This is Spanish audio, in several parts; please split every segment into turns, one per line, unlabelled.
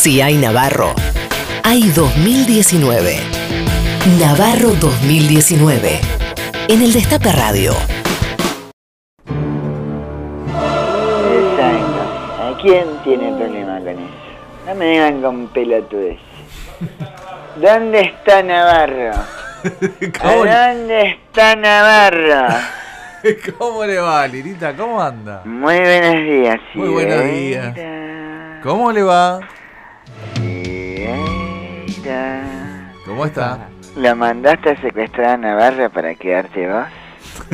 CI Navarro. Hay 2019. Navarro 2019. En el Destape Radio.
Exacto. ¿A quién tiene problema con eso? No me vengan con pelotudes. ¿Dónde está Navarro? ¿A
¿Cómo, le-
dónde está Navarro?
cómo le va, Lirita? ¿Cómo anda?
Muy buenos días.
Muy buenos días.
Ibeira.
¿Cómo le va?
Ibeira.
¿Cómo está?
¿La mandaste a secuestrar a Navarro para quedarte vos?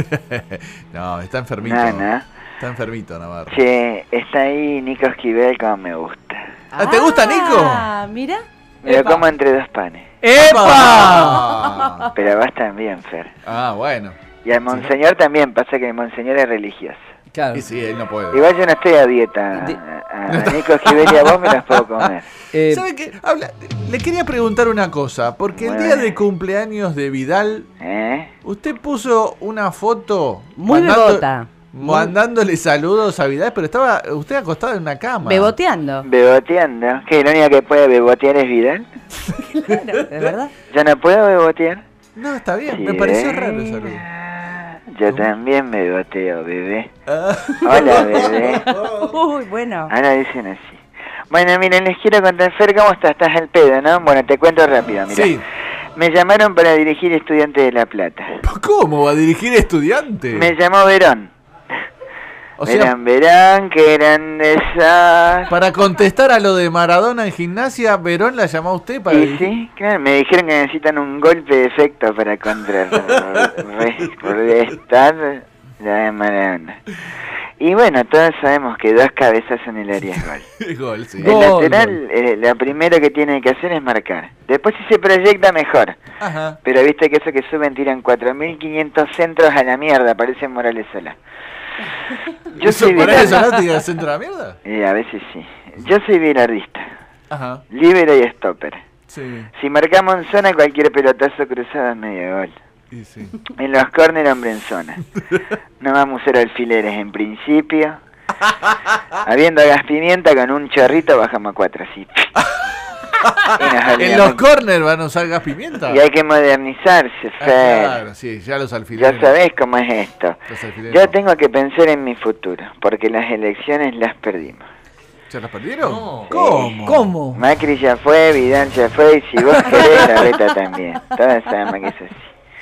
No, está enfermito.
Nana.
Está enfermito, Navarro.
Che, está ahí Nico Esquivel como me gusta.
Ah, ¿Te gusta, Nico?
Ah, mira.
Me lo
Epa.
como entre dos panes.
¡Epa!
Pero vas también, Fer.
Ah, bueno.
Y al Monseñor también, pasa que el Monseñor es religioso.
Claro.
Y sí, él no puede.
Igual yo no estoy a dieta.
De-
A, a Nico Esquivel y a vos me las puedo comer.
Eh,
¿Sabe qué? Habla- Le quería preguntar una cosa, porque el
Bueno.
día de cumpleaños de Vidal,
¿Eh?
usted puso una foto
Muy bebota.
mandándole saludos a Vidal, pero estaba usted acostado en una cama.
Beboteando.
Beboteando. Que la única que puede bebotear es Vidal.
Claro, ¿De verdad?
Yo no puedo bebotear.
No, está bien, me
Sí. ¿eh?
pareció raro el saludo.
Yo también me beboteo, bebé.
Ah.
Hola, bebé.
Oh.
Uy, bueno.
Ahora dicen así. Bueno, miren, les quiero contar, Fer, ¿cómo estás? Estás al pedo, ¿no? Bueno, te cuento rápido, mira.
Sí.
Me llamaron para dirigir Estudiantes de La Plata.
¿Cómo va a dirigir estudiante?
Me llamó Verón.
O sea,
Verán, verán, que grande esas.
para contestar a lo de Maradona en gimnasia, Verón la llamó a usted para
Y
dirigir.
sí, claro, me dijeron que necesitan un golpe de efecto para contrarrestar la de Maradona. Y bueno, todos sabemos que dos cabezas en el área es gol.
Gol, sí.
El
Gol,
lateral, eh, lo primero que tiene que hacer es marcar. Después si se proyecta mejor.
Ajá.
Pero viste que eso que suben tiran 4.500 centros a la mierda, parecen Morales Sola. Yo
¿Eso
soy
por ahí
bilardista.
sonaste al centro de la mierda?
Eh, a veces sí. Yo soy bilardista,
Ajá.
libero y stopper.
Sí.
Si marcamos en zona, cualquier pelotazo cruzado es medio gol.
Y sí.
En los córner, hombre en zona. No vamos a usar alfileres en principio. Habiendo gas pimienta con un chorrito, bajamos a cuatro así. Y nos
En
olvidamos.
los corners van a usar gas pimienta.
Y hay que modernizarse,
Ah,
Fer.
claro, sí, ya los alfileres.
Ya sabés cómo es esto.
Los alfileres.
Yo tengo que pensar en mi futuro, porque las elecciones las perdimos.
¿Ya los perdieron? ¿Cómo?
¿Cómo?
Macri ya fue, Vidal ya fue, y si vos querés, la reta también. Todas sabemos que es así.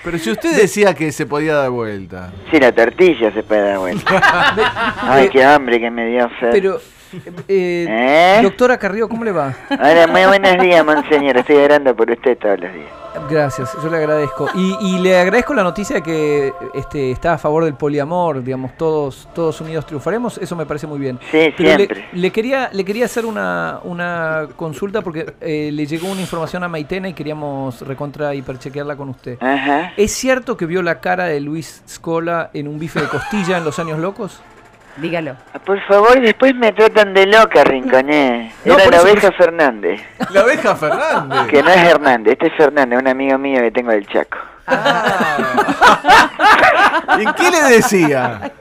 Pero si usted decía que se podía dar vuelta.
Sí, la tortilla se puede dar vuelta. Ay, qué hambre que me dio Fer.
Pero, eh,
¿Eh?
doctora Carrillo, ¿cómo le va?
Ahora, muy buenos días, monseñor. Estoy orando por usted todos los días.
Gracias, yo le agradezco. Y, y le agradezco la noticia de que este, está a favor del poliamor, digamos, todos, todos unidos triunfaremos, eso me parece muy bien.
Sí,
Pero
siempre.
le, le quería, le quería hacer una, una consulta porque eh, le llegó una información a Maitena y queríamos recontra hiperchequearla con usted.
Ajá.
¿Es cierto que vio la cara de Luis Scola en un bife de costilla en los años locos?
Dígalo.
Ah, Por favor, después me tratan de loca, Rinconé.
No,
Era
por
la
eso-
oveja Fernández.
La oveja Fernández.
Que no es Hernández, este es Fernández, un amigo mío que tengo del Chaco.
Ah. ¿Y qué le decía?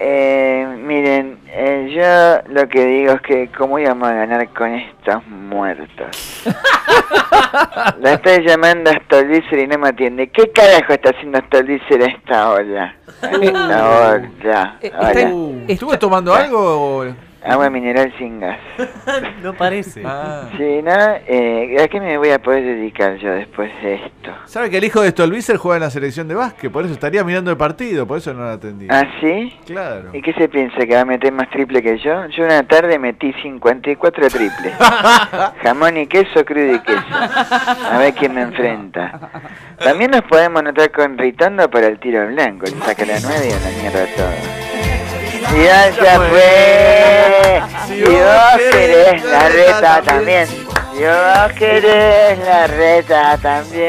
Eh, miren, eh, yo lo que digo es que cómo íbamos a ganar con estos muertos. La estoy llamando Stolbizer y no me atiende. ¿Qué carajo está haciendo Stolbizer a esta hora? A esta hora.
Eh, está
Hola.
en-
Uh, ¿Estuvo tomando algo? o-
Agua mineral sin gas.
No parece.
Ah.
Sí, ¿no? Eh, ¿A qué me voy a poder dedicar yo después de esto?
¿Sabe que el hijo de Stolbizer juega en la selección de básquet? Por eso estaría mirando el partido, por eso no lo atendí.
¿Ah, sí?
Claro.
¿Y qué se piensa? ¿Que va a meter más triple que yo? Yo una tarde metí 54 triples. Jamón y queso, crudo y queso. A ver quién me enfrenta. También nos podemos anotar con Ritondo para el tiro al blanco. Le saca la 9 y a la mierda todo. Y ya ya fue. Si vos querés la reta también. Si vos querés la reta también.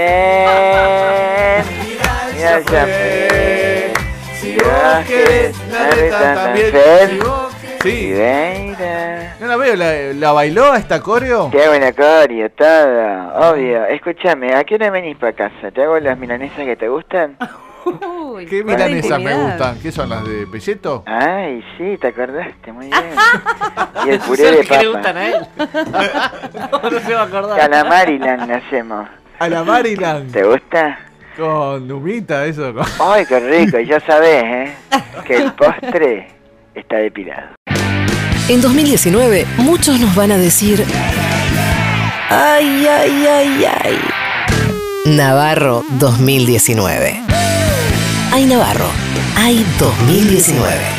Ya ya fue.
Si vos querés, la reta también. Si vos- Sí.
Ribeira.
No la veo, ¿la, la bailó a esta coreo?
Te hago el acorio, todo, obvio. Escúchame, ¿a qué hora venís para casa? ¿Te hago las milanesas que te gustan?
Uy,
¿Qué
cuánta
milanesas me
intimidad.
gustan? ¿Qué son las de pelleto?
Ay, sí, te acordaste, muy bien. Y el
Son
puré de
las que le gustan
papa.
a él. no, no se va a acordar.
Calamariland hacemos.
A la Maryland.
¿Te gusta?
Con Numita, eso. con-
Ay, qué rico, y ya sabés, ¿eh? Que el postre está depilado.
En 2019, muchos nos van a decir. ¡Ay, ay, ay, ay! Navarro 2019. ¡Ay, Navarro! ¡Ay, 2019!